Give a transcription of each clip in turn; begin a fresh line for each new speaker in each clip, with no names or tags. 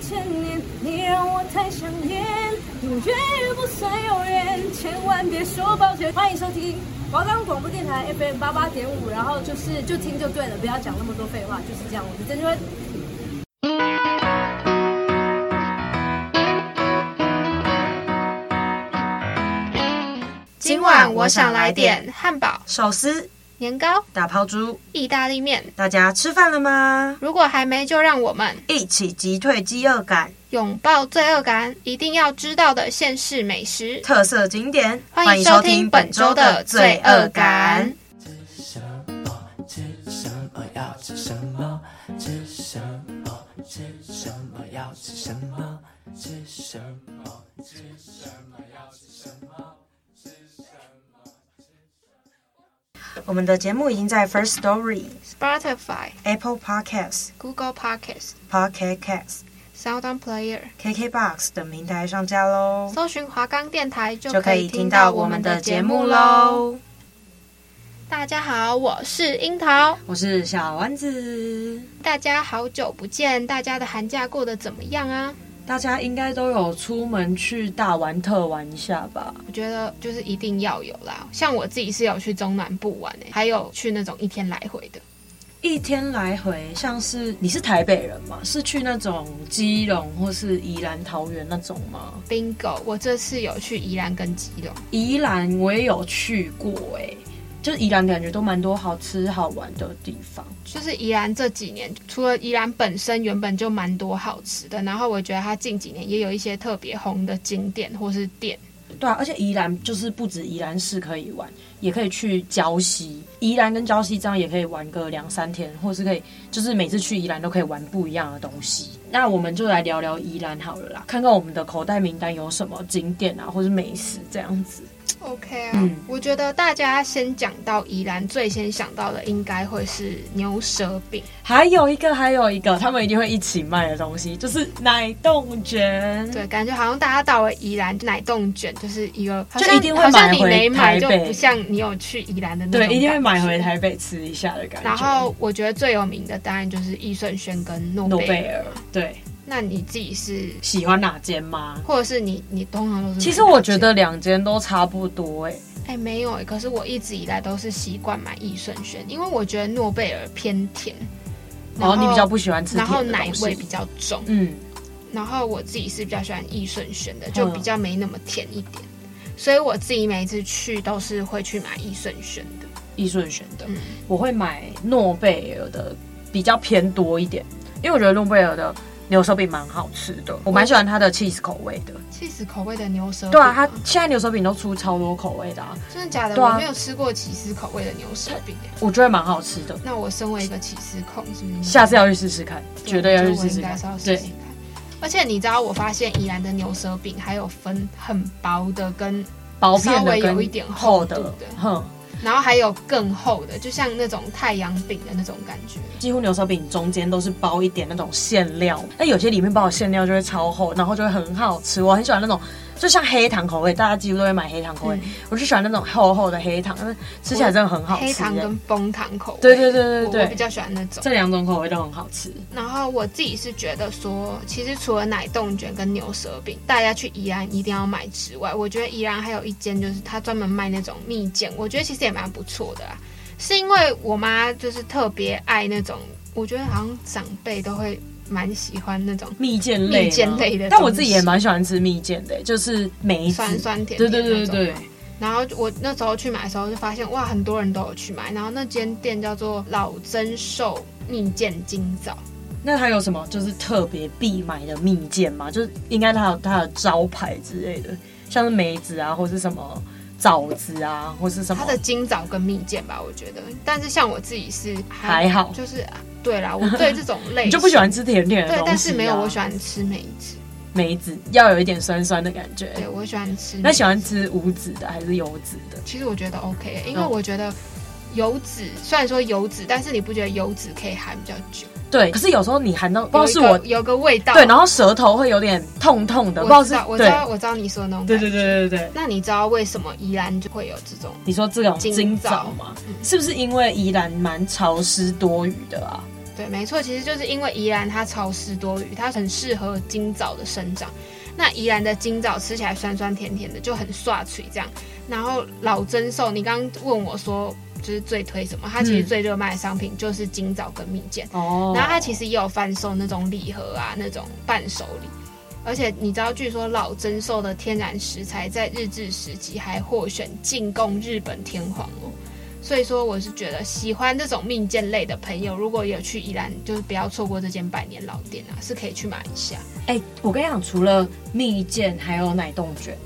千年，你让我太想念，永远不算永远，千万别说抱歉。欢迎收听华冈广播电台 FM 八八点五，然后就是就听就对了，不要讲那么多废话，就是这样。我是郑钧。
今晚我想来点汉堡、
寿司、
年糕、
打抛猪，
意大利面。
大家吃饭了吗？
如果还没，就让我们
一起击退饥饿感，
拥抱罪恶感，一定要知道的县市美食。
特色景点，
欢迎收听本周的罪恶感。。
吃什么？吃什么？要吃什么？吃什么？吃什么？要吃什么？吃什么？吃什么？要吃什么？
我们的节目已经在 First Story、
Spotify、
Apple Podcasts、
Google Podcasts、
Pocket Casts、
Sound On Player
KKBox 等平台上架喽，
搜寻华冈电台就
就
可
可
以
以
听
听
到
到
我
我
们
们
的
的
节
节
目
目
喽。
喽。
大家好，我是樱桃。
我是小丸子，
大家好久不见，大家的寒假过得怎么样啊？
大家应该都有出门去大玩特玩一下吧？
我觉得就是一定要有啦，像我自己是有去中南部玩诶、还有去那种一天来回的。
一天来回，像是你是台北人吗？是去那种基隆或是宜兰、桃园那种吗？
Bingo，我这次有去宜兰跟基隆，
宜兰我也有去过、诶，就是宜兰感觉都蛮多好吃好玩的地方。
就是宜兰这几年，除了宜兰本身原本就蛮多好吃的，然后我觉得它近几年也有一些特别红的景点或是店。
对啊，而且宜兰就是不止宜兰市可以玩，也可以去礁溪。宜兰跟礁溪这样也可以玩个两三天，或是可以就是每次去宜兰都可以玩不一样的东西。那我们就来聊聊宜兰好了啦，看看我们的口袋名单有什么景点啊，或是美食这样子。
OK 啊，
嗯
我觉得大家先讲到宜兰，最先想到的应该会是牛舌饼。
还有一个，还有一个，他们一定会一起卖的东西，就是奶冻卷。
对，感觉好像大家到了宜兰奶冻卷就是一个，好
就
像
一定会
好像
买
你
回
没买
台
就
北
不像你有去宜兰的那种
对，一定会
感
买
觉
回台北吃一下的感觉。
然后我觉得最有名的当然就是易顺轩跟诺
诺
贝
贝
尔。
尔，对，
那你自己是，
喜欢哪间吗？
或者是你你通常都是买哪间？
其实我觉得两间都差不多、欸诶。
哎、没有哎、可是我一直以来都是习惯买益顺轩，因为我觉得诺贝尔偏甜，然
哦，
后
你比较不喜欢吃
然后
甜的
奶
东西。
味比较重，
嗯，
然后我自己是比较喜欢益顺轩的，就
嗯
比较没那么甜一点，所以我自己每一次去都是会去买益顺轩的。
易顺选的，
嗯
我会买诺贝尔的比较偏多一点，因为我觉得诺贝尔的牛舌饼蛮好吃
哦
的，我蛮喜欢它的 cheese 口味的。
气死口味的牛舌饼、哦
对啊，它现在牛舌饼都出超多口味的、啊，
真的假的？
对啊
我没有吃过起司口味的牛舌饼哎、
我觉得蛮好吃的，
那我身为一个起司控，是不是？
下次要去试试看，绝对要去试试
我觉得我应该
看
是要。试
对
试，看。而且你知道，我发现宜兰的牛舌饼还有分很薄的跟，
薄片
稍微
的
有
跟
一点厚
厚
度
的
的，
哼，
然后还有更厚的，就像那种太阳饼的那种感觉。
几乎牛舌饼中间都是包一点那种馅料，那有些里面包的馅料就会超厚，然后就会很好吃。我很喜欢那种，就像黑糖口味，大家几乎都会买黑糖口味，
嗯
我就喜欢那种厚厚的黑糖，但是吃起来真的很好吃、
黑糖
欸
跟枫糖口味，
对对对
我我
对
比
对，
较喜欢那种。
这两种口味都很好吃。
然后我自己是觉得说，其实除了奶冻卷跟牛舌饼，大家去宜兰一定要买之外，我觉得宜兰还有一间就是它专门卖那种蜜饯，我觉得其实也蛮不错的啦。啊是因为我妈就是特别爱那种，我觉得好像长辈都会蛮喜欢那种
蜜饯类吗，
蜜饯类的
但我自己
东西
也蛮喜欢吃蜜饯的、就是梅子。
酸酸甜
对
甜
对对
那种
对对，
然后我那时候去买的时候就发现，哇，很多人都有去买。然后那间店叫做老珍寿蜜饯金枣，
那它有什么就是特别必买的蜜饯吗？就是应该它有它的招牌之类的，像是梅子啊，或是什么枣子啊，或是什么
它的金枣跟蜜饯吧，我觉得。但是像我自己是
还好，
就是对啦，我对这种类
哦 你就不喜欢
吃、
吃甜甜的东
对
西、啊。，
但是没有我喜欢吃梅子，
梅子，要有一点酸酸的感觉。
对我喜欢吃梅子。
哎那喜欢吃无籽的还是有籽的？
其实我觉得 OK，因为
嗯
我觉得油脂虽然说油脂，但是你不觉得油脂可以含比较久？
对，可是有时候你含到，不知道是
有一个
我
有个味道，
对，然后舌头会有点痛痛的，不知
我
道
知
是
道我知
对
道我知道你说的那种
对对
感觉。
对对对。
那你知道为什么宜兰就会有这种？
你说这种
金
金
枣
枣吗
嗯？
是不是因为宜兰蛮潮湿多雨的啊？
对，没错，其实就是因为宜兰它潮湿多雨，它很适合金枣的生长。那宜兰的金枣吃起来酸酸甜甜的，就很刷嘴这样。然后老增寿，你刚刚问我说就是最推什么，它其实
嗯
最热卖的商品就是金枣跟蜜饯。
哦
然后它其实也有贩售那种礼盒啊，那种伴手礼。而且你知道，据说老增寿的天然食材在日治时期还获选进贡日本天皇哦。所以说，我是觉得喜欢这种命件类的朋友，如果有去宜兰，就是不要错过这间百年老店啊，是可以去买一下。
哎、我跟你讲，除了蜜饯，还有奶冻卷，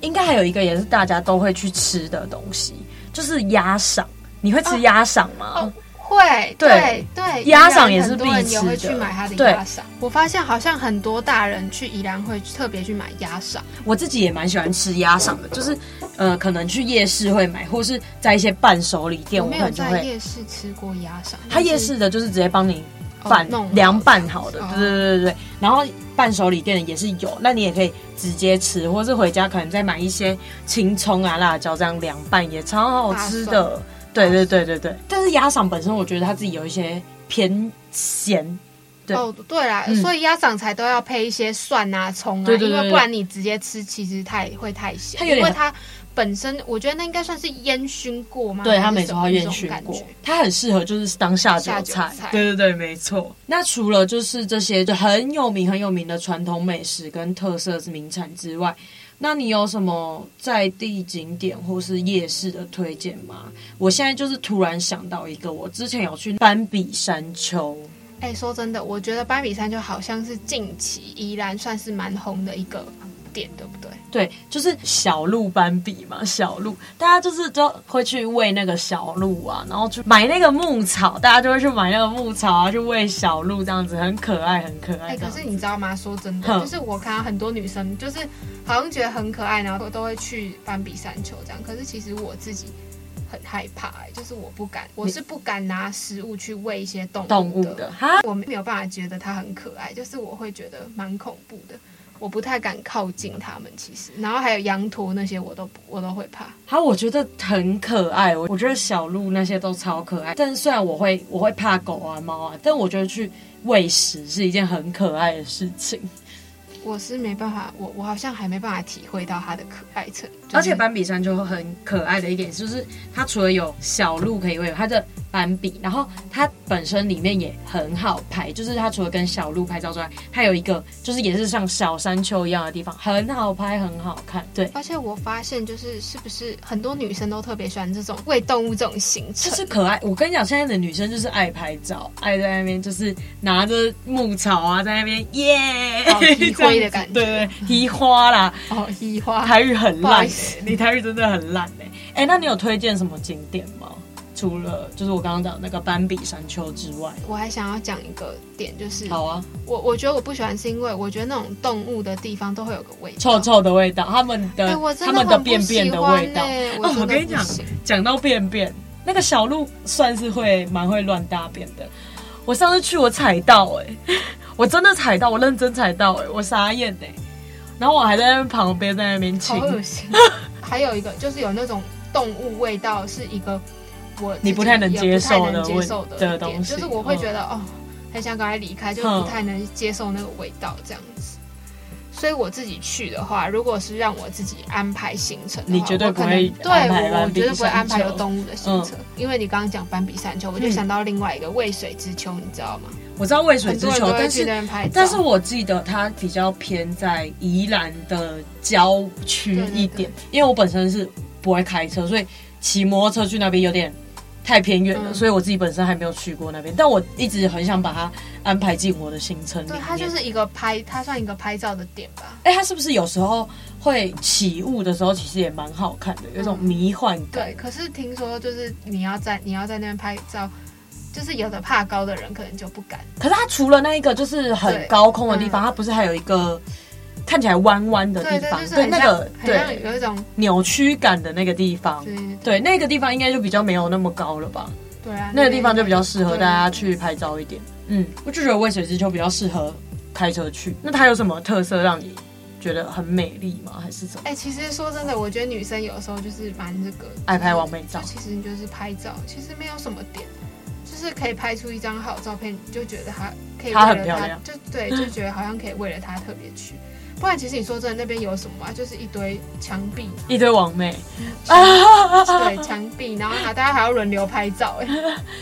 应该还有一个也是大家都会去吃的东西，就是鸭赏。你会吃鸭赏吗？
哦会，
对
对，
鸭
赏
掌也是
很多人也
必吃
会去
的
买它的
对
鸭赏。我发现好像很多大人去宜兰会特别去买鸭赏。
我自己也蛮喜欢吃鸭赏的，就是呃，可能去夜市会买，或是在一些伴手礼店，
我
我
没
可
有
能就
在
会。
夜市吃过鸭赏，
它
但
夜
是
市的就是直接帮你
哦
拌
弄好
凉拌好的
这样，子
对对对对对。然后伴手礼店的也是有，那你也可以直接吃，或是回家可能再买一些青葱啊、辣椒这样凉拌，也超好吃
大
的。对对对对对。但是鸭嗓本身，我觉得它自己有一些偏咸，对
哦，对啦，
嗯
所以鸭掌才都要配一些蒜啊、葱啊，
对对对对
因为不然你直接吃其实太会太咸，
它有点
因为它本身我觉得那应该算是烟熏过吗？
对它
还
每
是
次
什么
要烟
那种
熏
感
过
觉，
它很适合就是当下酒
下酒
菜
菜。
对对对，没错。那除了就是这些就很有名很有名的传统美食跟特色名产之外，那你有什么在地景点或是夜市的推荐吗？我现在就是突然想到一个，我之前有去斑比山丘，
哎、说真的，我觉得芭比山就好像是近期依然算是蛮红的一个点，对不对？
对，就是小鹿斑比嘛，小鹿，大家就是都会去喂那个小鹿啊，然后去买那个牧草，大家就会去买那个牧草啊，去喂小鹿，这样子很可爱，很可
哎、
爱这
可
样子。
是你知道吗？说真的，
哼
就是我看到很多女生，就是好像觉得很可爱，然后都会去斑比山丘这样。可是其实我自己很害怕、哎就是我不敢，我是不敢拿食物去喂一些动物
动物的哈，
我没有办法觉得它很可爱，就是我会觉得蛮恐怖的，我不太敢靠近它们。其实，然后还有羊驼那些，我都不我都会怕。
哈，我觉得很可爱，我我觉得小鹿那些都超可爱。但是虽然我会我会怕狗啊猫啊，但我觉得去喂食是一件很可爱的事情。
我是没办法，我我好像还没办法体会到它的可爱程度。就是
而且斑比山丘很可爱的一点就是，它除了有小鹿可以喂，它的斑比，然后它本身里面也很好拍，就是它除了跟小鹿拍照之外，它有一个就是也是像小山丘一样的地方，很好拍，很好看。对，
而且我发现，就是是不是很多女生都特别喜欢这种喂动物这种行
就
程？
是可爱。我跟你讲，现在的女生就是爱拍照，爱在那边就是拿着牧草啊，在那边耶，
哦提灰的感觉
对对对，提花啦。
哦，移花。
台语很
不好
烂、
意
欸
思，
你台语真的很烂哎、欸。哎、那你有推荐什么景点吗？除了就是我刚刚讲的那个斑比山丘之外，
我还想要讲一个点，就是
好啊，
我我觉得我不喜欢，是因为我觉得那种动物的地方都会有个味道，
臭。臭的味道，他们的、
哎、我真
他
的
们的
很不
便便的味道。
喜欢欸、
哦，我
真的
跟你
不
讲
行，
讲到便便，那个小鹿算是会蛮会乱大便的。我上次去我踩到哎、欸 我真的踩到，我认真踩到哎、欸我傻眼哎、欸然后我还在那边旁边在那边
好
亲，
恶心。还有一个就是有那种动物味道，是一个我
你
自己
不太能
也
接
不太
受
能
的
接
味
受的
的
一点
东西
就是我会
嗯
觉得、哦，很想赶快离开，就是
嗯
不太能接受那个味道这样子。所以我自己去的话，如果是让我自己安排行程的话，
你绝对
我可
不
能
会
对
安排
我我
斑比
绝对不会
山
安排有
丘嗯
动物的行程，因为你刚刚讲斑比山丘，我就想到另外一个渭水之丘，你知道吗？
我知道渭水
很
之
多人
丘
都，会
但
去
是
那边拍照，
但是我记得它比较偏在宜兰的郊区一点，因为我本身是不会开车，所以骑摩托车去那边有点太偏远了，
嗯
所以我自己本身还没有去过那边，但我一直很想把它安排进我的行程里
对
面。
它就是一个拍，它算一个拍照的点吧。
哎、它是不是有时候会起雾的时候，其实也蛮好看的，有一种迷幻感。
嗯对，可是听说就是你要在你要在那边拍照，就是有的怕高的人可能就不敢。
可是它除了那一个就是很
对嗯
高空的地方，它不是还有一个看起来弯弯的地
对对，
方
就，是
对
很
那
像
个
很像
对
有一种
扭曲感的那个地方。
对
对，那个地方应该就比较没有那么高了吧？
对啊，
那个地方就比较适合
对
大家去拍照一点。嗯，我就觉得渭水之丘比较适合开车去。那它有什么特色让你觉得很美丽吗？还是什么？
哎、其实说真的，我觉得女生有时候就是蛮这个
爱拍完美照
就其实你就是拍照，其实没有什么点，就是就是可以拍出一张好照片，你就觉得他可以为
她很
了
漂
他，
亮
就对，就觉得好像可以为了他特别去。不然其实你说真的，那边有什么啊？就是一堆墙 壁，
一堆网妹，
对，墙壁，然后还大家还要轮流拍照、哎，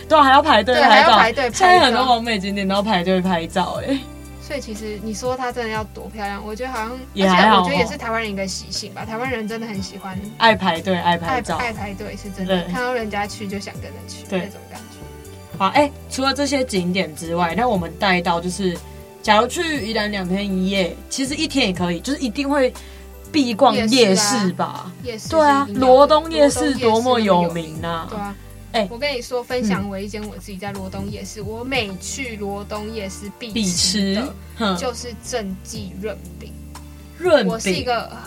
对啊，还要排队
对
拍
还
照，
要排队拍
现在很
照
多网美景点都要排队拍照、哎，
所以其实你说她真的要多漂亮，我觉得好像，
也
而
还
且
好
我觉得也
哦
是台湾人一个习性吧，台湾人真的很喜欢
爱排队，爱
爱
拍照。
爱排队，是真的，
对
看到人家去就想跟着去
对
那种感觉。
好，哎、除了这些景点之外，那我们带到就是，假如去宜兰两天一夜，其实一天也可以，就是一定会必逛
夜市
夜
啊
市吧？
夜市是
对
一定要
啊
的，
罗东夜市
多
多
么
么
有
有名啊
对啊，
哎
我跟你说，分享我一间我自己在罗东夜市，我每去罗东夜市必
必
吃
吃嗯
的，
哼，
就是正记润饼。
润
我是一
饼，
个，呃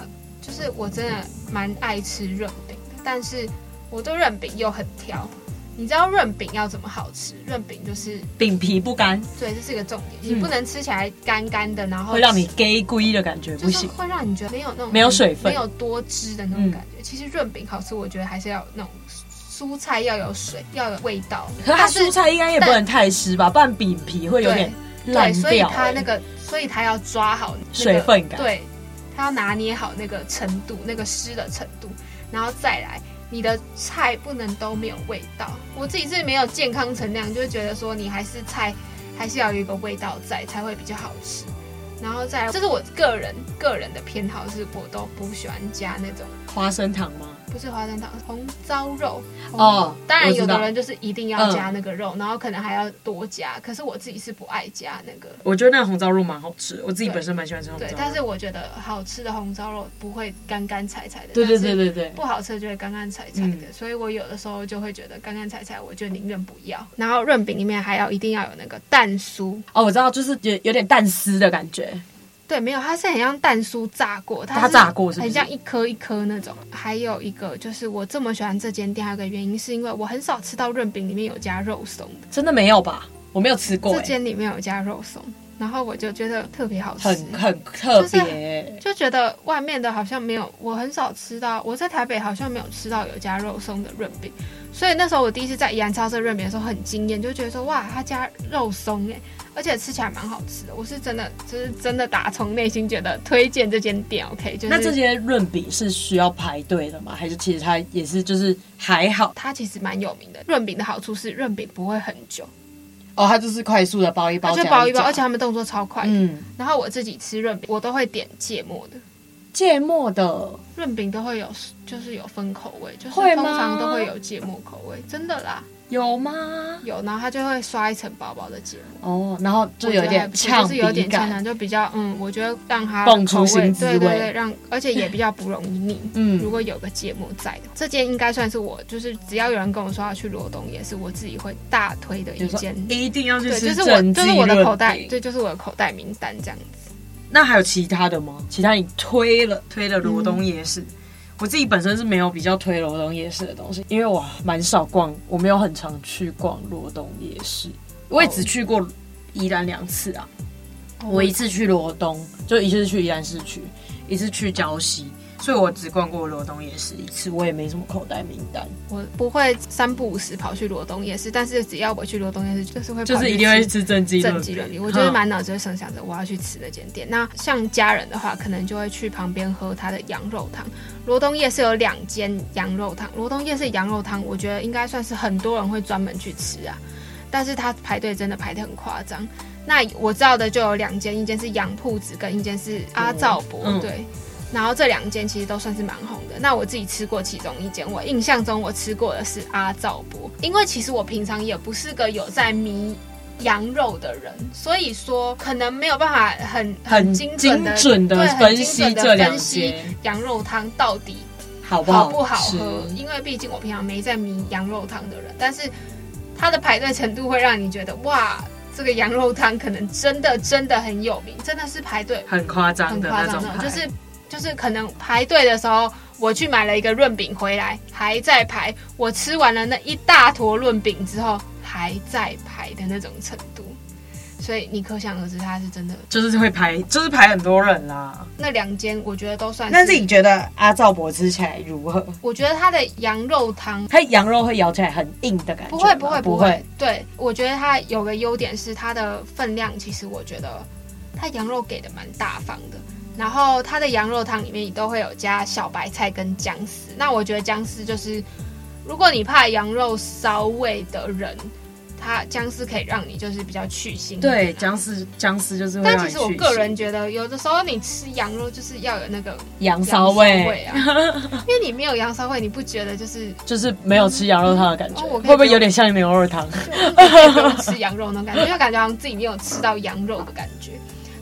就是我真的蛮爱吃润饼的，但是我对润饼又很挑。你知道润饼要怎么好吃？润饼就是
饼皮不干，
对，这是一个重点，
嗯
你不能吃起来干干的，然后
会让你 gay 龟的感觉
哦就
不
是
行。
会让你觉得没有那种
没有水分嗯
没有多汁的那种感觉。其实润饼好吃，我觉得还是要有那种蔬菜要有水，要有味道。
可是它
但是
蔬菜应该也不能太湿吧，不然饼皮会有点烂
对，所以
掉、
它
欸
那个，所以它要抓好、那个
水分感
对，它要拿捏好那个程度，那个湿的程度，然后再来。你的菜不能都没有味道，我自己是没有健康衡量，就觉得说你还是菜还是要有一个味道在才会比较好吃。然后再来，这是我个人个人的偏好，是我都不喜欢加那种
花生糖吗？
不是花生糖，红糟肉。嗯
哦
当然
我知
有的
道嗯
人就是一定要加那个肉，然后可能还要多加，可是我自己是不爱加那个。
我觉得那个红烧肉蛮好吃，我自己本身蛮喜欢吃红烧
对
肉，。
但是我觉得好吃的红烧肉不会干干柴柴的，
对对
但
对
是
对对，
不好吃就会干干柴柴的，所以我有的时候就会觉得干干柴柴，我就宁愿不要。然后润饼里面还要一定要有那个蛋酥，
哦，我知道，就是有有点蛋丝的感觉。
对，没有，它是很像蛋酥炸过，它
它
是
炸过是不是
很像一颗一颗那种。还有一个就是我这么喜欢这间店，还有一个原因是因为我很少吃到润饼里面有加肉松的，
真的没有吧？我没有吃过、
这
欸，
间里面有加肉松，然后我就觉得特别好吃，
很很特别、欸
就觉得外面的好像没有，我很少吃到，我在台北好像没有吃到有加肉松的润饼，所以那时候我第一次在宜兰超市润饼的时候很惊艳，就觉得说哇，它加肉松哎，而且吃起来蛮好吃的，我是真的就是真的打从内心觉得推荐这间店，OK，就是
那这些润饼是需要排队的吗？还是其实它也是就是还好
它其实蛮有名的。润饼的好处是润饼不会很久，
哦，它就是快速的包一
它
包，
就包一包，而且他们动作超快的。
嗯，
然后我自己吃润饼，我都会点芥末的。
芥末的
润饼都会有，就是有分口味，就是
会
通
吗
常都会有芥末口味，真的啦，
有吗？
有，然后它就会刷一层薄薄的芥末，
哦，然后就有
我觉得还
点
不错
呛
就是有
鼻
点呛
感，
然就比较嗯，我觉得让它
蹦出
口味
新滋
对对
味
对，让而且也比较不容易腻。如
嗯，
果有个芥末在的话，这间应该算是我就是只要有人跟我说要去罗东，也是我自己会大推的一
就说
间。
一定要去
对，就
吃
是我
正
就是
记
我的
润
口袋，
饼
对，就是我的口袋名单这样子。
那还有其他的吗？其他你推了推了罗东夜
嗯
市，我自己本身是没有比较推罗东夜市的东西，因为我蛮少逛，我没有很常去逛罗东夜市，我
哦
也只去过宜兰两次啊。我一次去罗东，就一次去宜兰市区，一次去礁溪，所以我只逛过罗东夜市一次，我也没什么口袋名单，
我不会三不五时跑去罗东夜市，但是只要我去罗东夜市，就是会
就
跑
是
去
一定会
吃
吃正鸡
正极论理，我
嗯
就是满脑子会想想着我要去吃那间店。那像家人的话，可能就会去旁边喝他的羊肉汤。罗东夜市有两间羊肉汤，罗东夜市羊肉汤，我觉得应该算是很多人会专门去吃啊。但是它排队真的排得很夸张。那我知道的就有两间，一间是杨铺子，跟一间是阿兆伯，
嗯
对。然后这两间其实都算是蛮红的。那我自己吃过其中一间，我印象中我吃过的是阿兆伯，因为其实我平常也不是个有在迷羊肉的人，所以说可能没有办法很
很
精准的
精准地
对很
分
精
析
准地
这两
分析
间
羊肉汤到底
好不
好不
好
好
吃？
喝，因为毕竟我平常没在迷羊肉汤的人，但是它的排队程度会让你觉得哇，这个羊肉汤可能真的真的很有名，真的是排队
很夸张
很
的
夸
那
张
种
的，
排，
就是就是可能排队的时候，我去买了一个润饼回来，还在排，我吃完了那一大坨润饼之后还在排的那种程度。所以你可想而知，它是真的。
就是会排，就是排很多人啦。
那两间我觉得都算是。
那自己觉得阿赵伯吃起来如何？
我觉得它的羊肉汤
它羊肉会咬起来很硬的感觉吗，
不会不会
不
不会，，对我觉得它有个优点是它的分量，其实我觉得它羊肉给的蛮大方的。然后它的羊肉汤里面你都会有加小白菜跟姜丝，那我觉得姜丝就是，如果你怕羊肉骚味的人，它姜丝可以让你就是比较去腥一点啊。
对，姜丝姜丝就是会
但
让你
其实我
去
个
腥
人觉得，有的时候你吃羊肉就是要有那个
羊
羊
骚
味
味，
啊，因为你没有羊骚味，你不觉得就是
就是没有吃羊肉汤的感觉，
哦我可以
会不会有点像牛肉汤？
不用吃羊肉那种感 觉，就感觉好像自己没有吃到羊肉的感觉。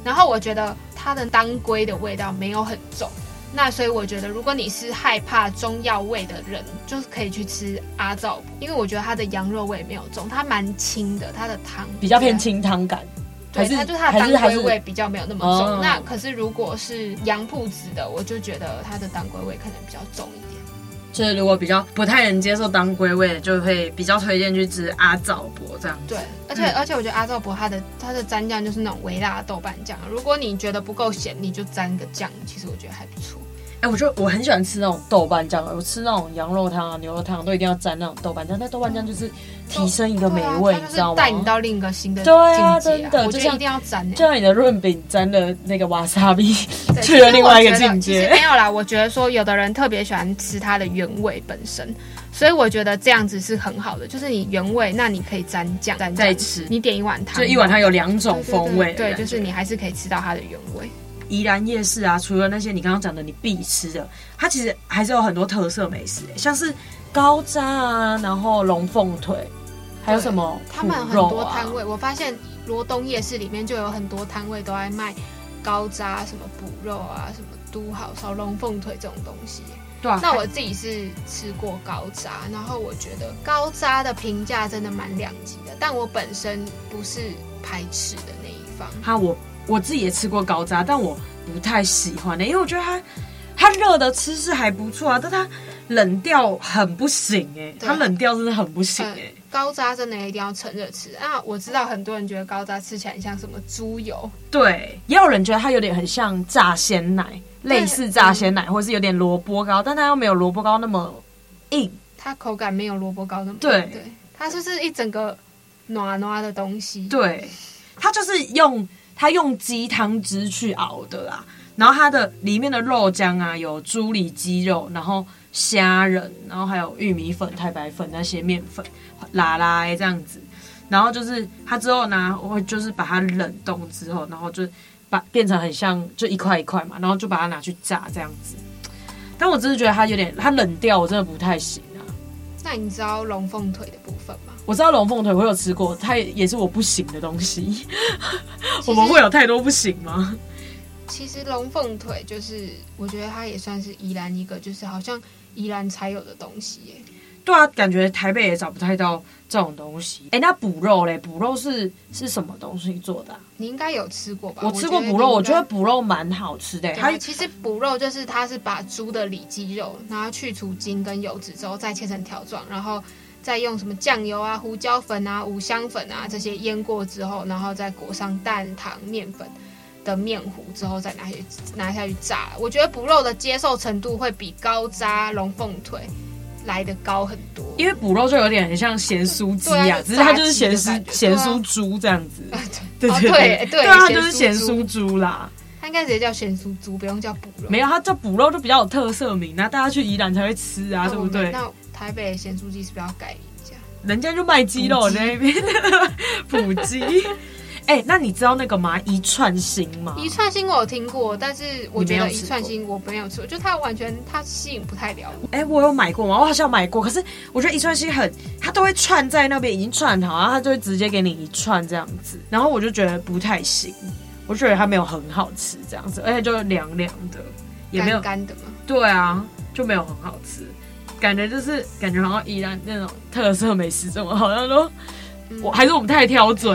然后我觉得它的当归的味道没有很重，那所以我觉得如果你是害怕中药味的人，就是可以去吃阿皂补，因为我觉得它的羊肉味没有重，它蛮清的，它的汤
比较偏，清汤感，还
对，
是
它就是它
还是
的当
还
归味
是
比较没有那么重。
哦
那可是如果是羊铺子的，我就觉得它的当归味可能比较重一点。
就是如果比较不太能接受当归味的，就会比较推荐去吃阿枣伯这样子。
对，而且、而且我觉得阿照伯他的他的蘸酱就是那种微辣的豆瓣酱，啊如果你觉得不够咸，你就蘸个酱，其实我觉得还不错。
哎、我就我很喜欢吃那种豆瓣酱，我吃那种羊肉汤啊、牛肉汤都一定要沾那种豆瓣酱，那豆瓣酱就是提升一个美味，
对啊
你
它
知
就
道
是带你
吗？
到另一个新的境
对
界、
啊真的
我
就
觉
像
得一定要蘸、欸。
就像你的润饼沾了那个瓦萨比，
对
去了另外一个境
其实我觉得其实
界
没。有啦，我觉得说有的人特别喜欢吃它的原味本身，所以我觉得这样子是很好的，就是你原味，那你可以蘸酱蘸
再
酱
吃
你点一碗汤，
就一碗汤有两种
对对对
风味的
对，
感
就
觉
是你还是可以吃到它的原味。
宜兰夜市啊，除了那些你刚刚讲的你必吃的，它其实还是有很多特色美食、像是高渣啊，然后龙凤腿，还有什么
他们很
脯肉
多
啊
摊位，我发现罗东夜市里面就有很多摊位都在卖高渣、什么补肉啊、什么都好烧、龙凤腿这种东西。
对啊，
那我自己是吃过高渣，然后我觉得高渣的评价真的蛮两极的，但我本身不是排斥的那一方。
它我我自己也吃过高渣，但我不太喜欢欸的、因为我觉得它它热的吃是还不错啊，但它冷掉很不行哎、
对
它冷掉真的很不行哎、
嗯高渣真的一定要趁热吃。那我知道很多人觉得高渣吃起来很像什么猪油，
对，也有人觉得它有点很像炸鲜奶，类似炸鲜奶，或是有点萝卜糕，但它又没有萝卜糕那么硬。
它口感没有萝卜糕那么
对
对，它就是一整个暖暖的东西。
对，它就是用它用鸡汤汁去熬的啦。然后它的里面的肉浆啊，有猪里脊肉，然后虾仁，然后还有玉米粉、太白粉那些面粉，啦啦这样子。然后就是它之后呢，我会就是把它冷冻之后，然后就把变成很像就一块一块嘛，然后就把它拿去炸这样子。但我只是觉得它有点，它冷掉我真的不太行啊。
那你知道龙凤腿的部分吗？
我知道龙凤腿我有吃过，它也是我不行的东西。我们会啊有太多不行吗？
其实龙凤腿就是，我觉得它也算是宜兰一个，就是好像宜兰才有的东西耶。
对啊，感觉台北也找不太到这种东西。哎、那补肉嘞？补肉是是什么东西做的啊、
你应该有吃过吧？
我吃过补肉，我觉得
你应
补肉蛮好吃的、欸
该
它
对其实补肉就是它是把猪的里脊肉，然后去除筋跟油脂之后，再切成条状，然后再用什么酱油啊、胡椒粉啊、五香粉啊这些腌过之后，然后再裹上蛋糖、面粉。的面糊之后再拿去拿下去炸，我觉得补肉的接受程度会比高渣龙凤腿来的高很多。
因为补肉就有点很像咸酥鸡
对
啊，
啊
只是它就是
炸鸡
咸
的
酥
感觉
咸
对啊
酥猪这样子。 对
哦
对
对
对
对
啊，它就是咸
咸
酥
酥
猪啦。
它应该直接叫咸酥猪，不用叫补肉。
没有，它叫补肉就比较有特色名，那大家去宜兰才会吃啊，
那
对
我
不
们
对？
哦那台北的咸酥鸡是不是要改名一下？
人家就卖鸡肉在那边 普鸡。哎、那你知道那个吗？一串心吗？
一串心我有听过，但是我觉
嗯你没有
得
吃
一
过
串心我没有吃过，就它完全它吸引不太了我。
哎、我有买过吗？我好像买过，可是我觉得一串心很，它都会串在那边，已经串好，然后它就会直接给你一串这样子，然后我就觉得不太行，我觉得它没有很好吃这样子，而且就凉凉的，也没有
干干的嘛，
对啊，就没有很好吃，感觉就是感觉好像宜兰那种特色美食怎么好像都，
嗯
我还是我们太挑嘴。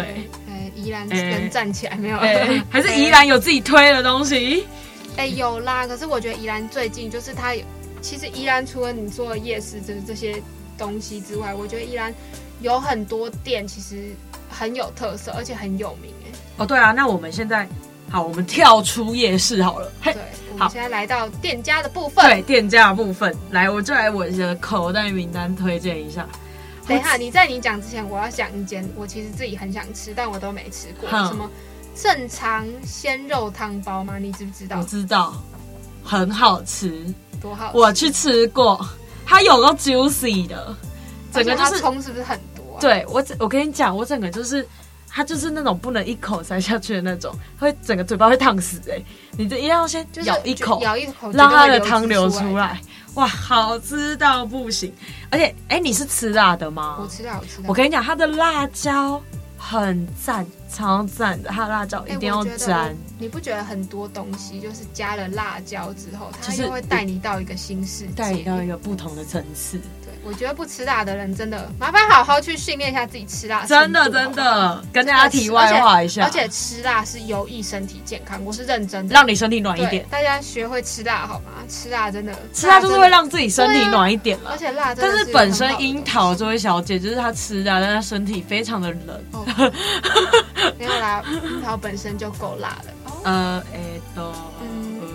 哎，宜兰
哎
人站起来没有？
哎，还是
哎
宜兰有自己推的东西。
哎、有啦，可是我觉得宜兰最近就是它有，其实宜兰除了你做夜市就是这些东西之外，我觉得宜兰有很多店其实很有特色，而且很有名哎、
哦，对啊，那我们现在好，我们跳出夜市 好了。嘿
对，我
好
们现在来到店家的部分。
对店家的部分，来，我就来我的口袋名单推荐一下。
等一下，你在你讲之前，我要讲一间我其实自己很想吃，但我都没吃过，
哼
什么正常鲜肉汤包吗？你知不知
我
道？
知道，很好吃，
多好
嗯
吃！
我去吃过，它有个 juicy 的，整个就
而且它
是
葱是不是很多、啊？，
对我整，我跟你讲，我整个就是，它就是那种不能一口塞下去的那种，会整个嘴巴会烫死哎、欸你这一定要先
就是
咬一口，
咬一口，
让它的
绝对会
汤流
流
出
来。
来，哇，好吃到不行！而且，哎、你是吃辣的吗
我？吃到，我吃到。
我跟你讲，它的辣椒很赞，超赞的，它的辣椒
哎
一定要
我觉得
沾。
你不觉得很多东西就是加了辣椒之后，它
就是
就会带你到一个新世界？
带你到一个不同的层次，
对，我觉得不吃辣的人真的麻烦好好去训练一下自己吃啊辣程度。
真的真
好不好，
的，跟大家题外话一下，
而且而且吃辣是有益身体健康，我是认真的。
让你身体暖一
对
点，
大家学会吃辣好吗？吃辣真的，
吃它就是
真的
会，让自己身体
对啊
暖一点了
而。且辣真
但
的
是
是
本
很
身
好的
樱
东西
桃这位小姐就是她吃的啊，但她身体非常的冷。
哦， 没有啦，樱桃本身就够辣了。哦
呃，哎、都、
嗯
呃，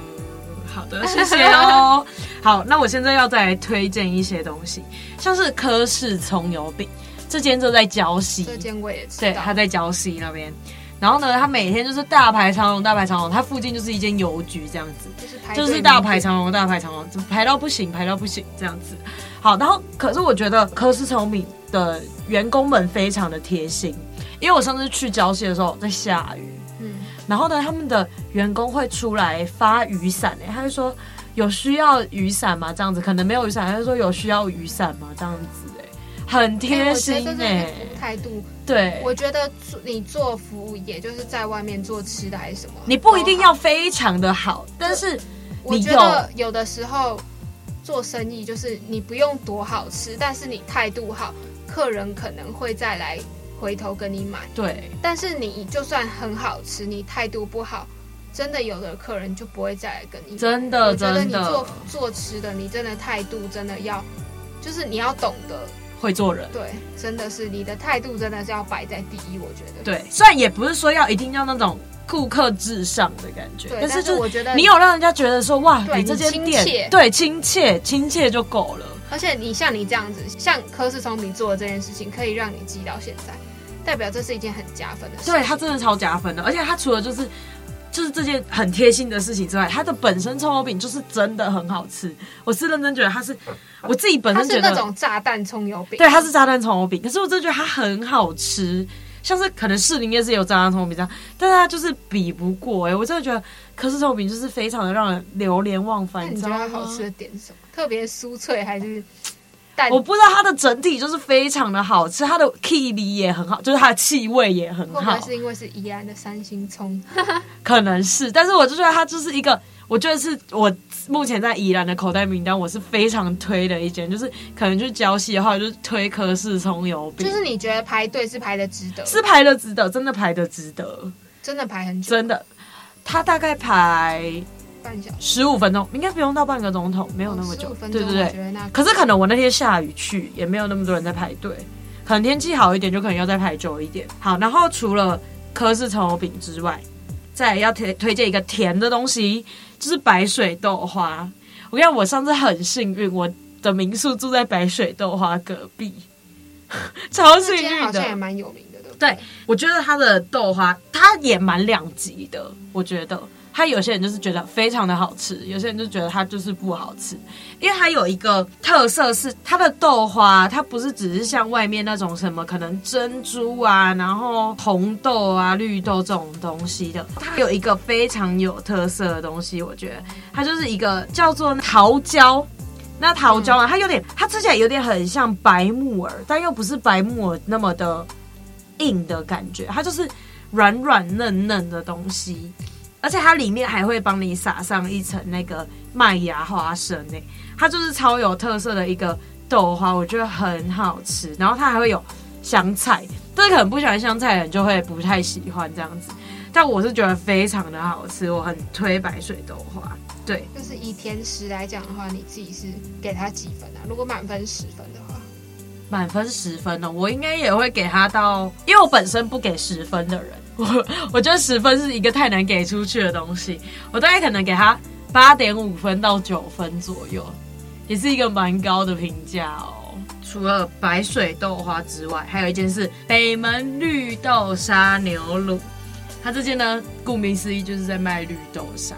好的，谢谢哦。好，那我现在要再来推荐一些东西，像是科氏葱油饼，这间就在礁溪，
这间我也吃
对，
到，
它在礁溪那边。然后呢，它每天就是大排长龙，大排长龙，它附近就是一间邮局这样子。
就是排
就
队
是大
名
排
店
长龙，大排长龙，排到不行，排到不行这样子。好，然后可是我觉得科斯聪明的员工们非常的贴心，因为我上次去礁溪的时候在下雨，
嗯，
然后呢，他们的员工会出来发雨伞、欸，他就说有需要雨伞吗？这样子，可能没有雨伞，他就说有需要雨伞吗？这样子、欸，很
哎
贴
我觉
心
得这
哎、
是服务态度。
对，
我觉得做你做服务业，就是在外面做吃的还是什么，
你不一定
都好。
要非常的
哦
好，但是
我
你
觉得有的时候做生意就是你不用多好吃，但是你态度好，客人可能会再来回头跟你买。
对。
但是你就算很好吃，你态度不好，真的有的客人就不会再来跟你。
真的
我觉得你
真的
做做吃的，你真的态度真的要，就是你要懂得，
会做人，
对，真的是你的态度真的是要摆在第一，我觉得。
对，虽然也不是说要一定要那种顾客至上的感觉，
对，
但
但
是
是
就
我觉得
你，有让人家觉得说哇，
对
你这间
你亲
店
切
对亲切亲切就够了。
而且你像你这样子，像科氏聪明做的这件事情，可以让你记到现在，代表这是一件很加分的事情。
对他真的超加分的，而且他除了就是就是这件很贴心的事情之外，它的本身葱油饼就是真的很好吃。我是认真觉得它是我自己本
它
身
是
觉
那
得
种炸弹葱油饼，
对它是炸弹葱油饼，可是我真的觉得它很好吃。像是可能士林夜市也有炸弹葱油饼这样，但是它就是比不过哎、我真的觉得可是葱油饼就是非常的让人流连忘
那
返，
你
知
觉
道
得
吗？
它好吃的点是什么？特别酥脆还是蛋？
我不知道它的整体就是非常的好吃，它的 k i l 也很好，就是它的气味也很
会不
好
会，是因为是宜兰的三星葱？
可能是，但是我就觉得它就是一个，我觉得是我目前在宜兰的口袋名单，我是非常推的一间，就是可能就是礁溪的话，就是推科氏葱油饼，
就是你觉得排队是排的值得，
是排的值得，真的排的值得，
真的排很久，
真的。它大概排
半小时，
十五分钟，应该不用到半个钟头，没
没
有那么久。
哦分钟，
对对
我
对
觉，得那
可是可能我那天下雨去，也没有那么多人在排队，可能天气好一点，就可能要再排久一点。好，然后除了科氏葱油饼之外，再来要推推荐一个甜的东西，就是白水豆花。我跟你讲，我上次很幸运，我的民宿住在白水豆花隔壁， 超幸
这间
运
好像也
的。
蛮有名的，对不
对，我觉得它的豆花，它也蛮两极的。我觉得，它有些人就是觉得非常的好吃，有些人就觉得它就是不好吃。因为它有一个特色是它的豆花，它不是只是像外面那种什么可能珍珠啊，然后红豆啊、绿豆这种东西的，它有一个非常有特色的东西，我觉得它就是一个叫做桃胶。那桃胶啊，它有点，它吃起来有点很像白木耳，但又不是白木耳那么的硬的感觉，它就是软软嫩嫩的东西，而且它里面还会帮你撒上一层那个麦芽花生诶、它就是超有特色的一个豆花，我觉得很好吃。然后它还会有香菜，但是可能不喜欢香菜的人就会不太喜欢这样子。但我是觉得非常的好吃，我很推白水豆花。对，
对，就是以甜食来讲的话，你自己是给它几分啊？如果满分十分的话，
哦满分十分呢、我应该也会给它到，因为我本身不给十分的人， 我我觉得十分是一个太难给出去的东西，我大概可能给他八点五分到九分左右，也是一个蛮高的评价哦。除了白水豆花之外，还有一间是北门绿豆沙牛乳，它这间呢，顾名思义就是在卖绿豆沙，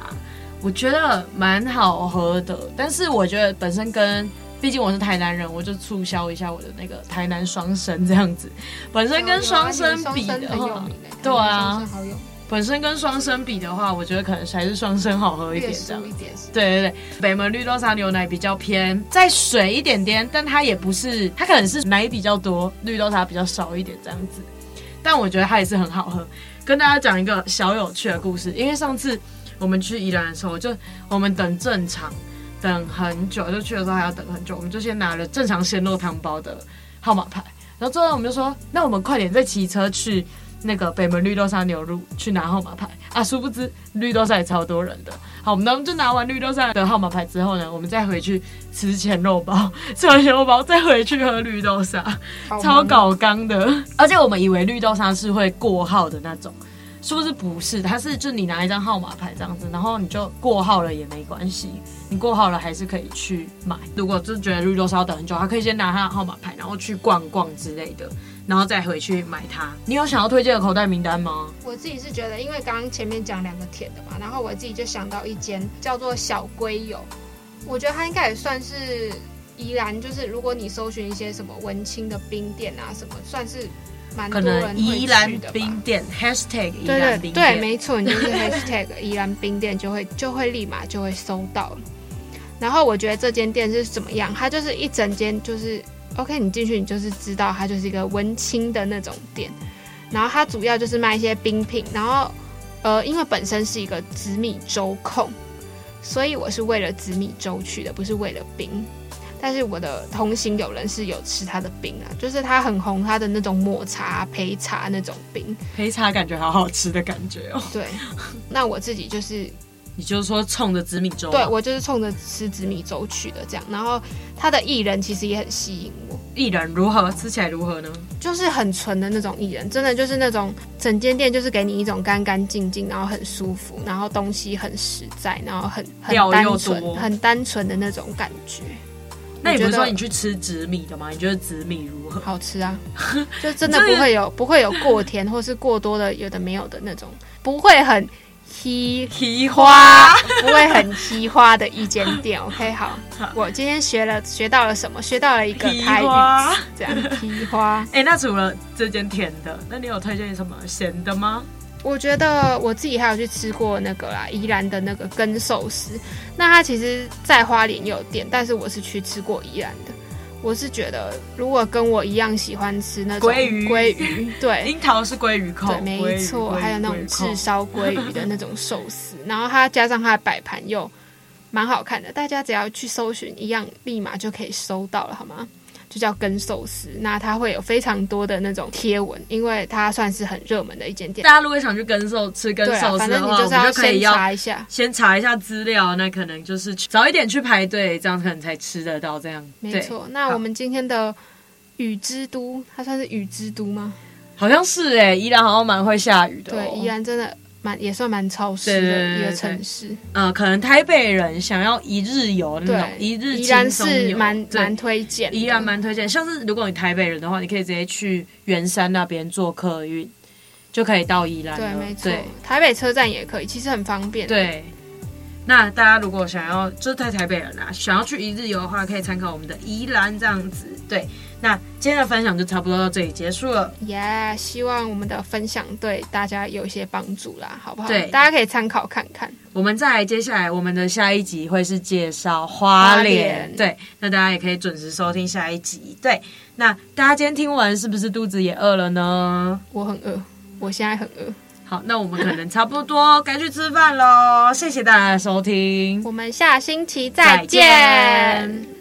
我觉得蛮好喝的，但是我觉得本身跟毕竟我是台南人，我就促销一下我的那个台南双生这样子，本身
啊
跟双生比的
很有
话，
名欸
对啊
双生好有名
本身跟双生比的话，我觉得可能还是双生好喝一
略
点这样
输。一点是。
对对对，北门绿豆沙牛奶比较偏再水一点点，但它也不是，它可能是奶比较多，绿豆沙比较少一点这样子。但我觉得它也是很好喝。跟大家讲一个小有趣的故事，因为上次我们去宜兰的时候，就我们等正常等很久，就去的时候还要等很久，我们就先拿了正常鲜肉汤包的号码牌，然后最后我们就说，那我们快点再骑车去。那个北门绿豆沙牛乳去拿号码牌啊，殊不知绿豆沙也超多人的。好，我们当就拿完绿豆沙的号码牌之后呢，我们再回去吃前肉包， 吃完前肉包再回去喝绿豆沙。
好
超
忙
搞刚的。 而且我们以为绿豆沙是会过号的那种，殊不知不是，它是就你拿一张号码牌这样子，然后你就过号了也没关系，你过号了还是可以去买。如果真觉得绿豆沙要等很久，还可以先拿它的号码牌，然后去逛逛之类的。然后再回去买它。你有想要推荐的口袋名单吗？
我自己是觉得，因为刚刚前面讲两个甜的嘛，然后我自己就想到一间叫做小龟友，我觉得它应该也算是宜兰，就是如果你搜寻一些什么文青的冰店啊什么，算是蛮
可
多
能
人会
宜兰
去的吧
冰店 #hashtag 宜
对
兰
对
冰
对，
店，
没错，你就是 hashtag 宜兰冰店就会就会立马就会搜到了。然后我觉得这间店是怎么样，它就是一整间就是 OK，你进去你就是知道它就是一个文青的那种店。然后它主要就是卖一些冰品，然后呃，因为本身是一个紫米粥控，所以我是为了紫米粥去的，不是为了冰。但是我的同行友人是有吃它的冰啊，就是它很红，它的那种抹茶、焙茶那种冰。
陪茶感觉好好吃的感觉哦。
对，那我自己就是
你就是说冲着紫米粥，
对我就是冲着吃紫米粥去的这样，然后他的艺人其实也很吸引我，
艺人如何吃起来如何呢？
就是很纯的那种艺人，真的就是那种整间店就是给你一种干干净净，然后很舒服，然后东西很实在，然后很很
料又
单
多
纯、很单纯的那种感觉，
那你不
我
是
觉得
说你去吃紫米的吗？你觉得紫米如何？
好吃啊，就真的不会有不会有过甜或是过多的有的没有的那种，不会很稀
蹄
花，不会很奇花的一间 店。OK，好，我今天学了学到了什么？学到了一个
蹄
台
花
语词，这样 蹄花。
哎、那除了这间甜的，那你有推荐什么咸的吗？
我觉得我自己还有去吃过那个啦，宜兰的那个根寿司。那它其实，在花莲也有店，但是我是去吃过宜兰的。我是觉得，如果跟我一样喜欢吃那种
鲑鱼
鲑鱼， 对，
樱桃是哦鲑鱼扣，
哎对，没错，还有那种炙
炙
烧鲑鱼的那种寿司，然后它加上它的摆盘又蛮好看的，大家只要去搜寻，一样立马就可以搜到了，好吗？就叫跟寿司，那它会有非常多的那种贴文，因为它算是很热门的一间店
大。家如果想去跟寿吃跟
对啊，
寿司
反
的
正你
话，我
是
们
要
就可以
先
要
查一下，
先查一下资料，那可能就是去早一点去排队，这样可能才吃得到。这样
没
对
错。那
好
我们今天的雨之都，它算是雨之都吗？
好像是哎、宜兰好像蛮会下雨的、哦。
对，宜兰真的蛮也算蛮潮湿
对对
的
对
一个
对
城市。
呃，可能台北人想要一日游那种
对，
嗯一日
宜兰
轻松
是
游
蛮
对
蛮推荐的，
宜兰蛮推荐，像是如果你台北人的话，你可以直接去圆山那边坐客运，就可以到宜兰
对，
了。
没错
对，
台北车站也可以，其实很方便。，
对那大家如果想要，就是在台北人啊，想要去一日游的话，可以参考我们的宜兰这样子。对，那今天的分享就差不多到这里结束了。
耶、希望我们的分享对大家有一些帮助啦，好不好？
对
大家可以参考看看。
我们再来接下来我们的下一集会是介绍花
花
莲
莲，
对，那大家也可以准时收听下一集。对，那大家今天听完是不是肚子也饿了呢？
我很饿，我现在很饿，
好，那我们可能差不多该去吃饭喽。谢谢大家的收听，
我们下星期
再
再
见
见。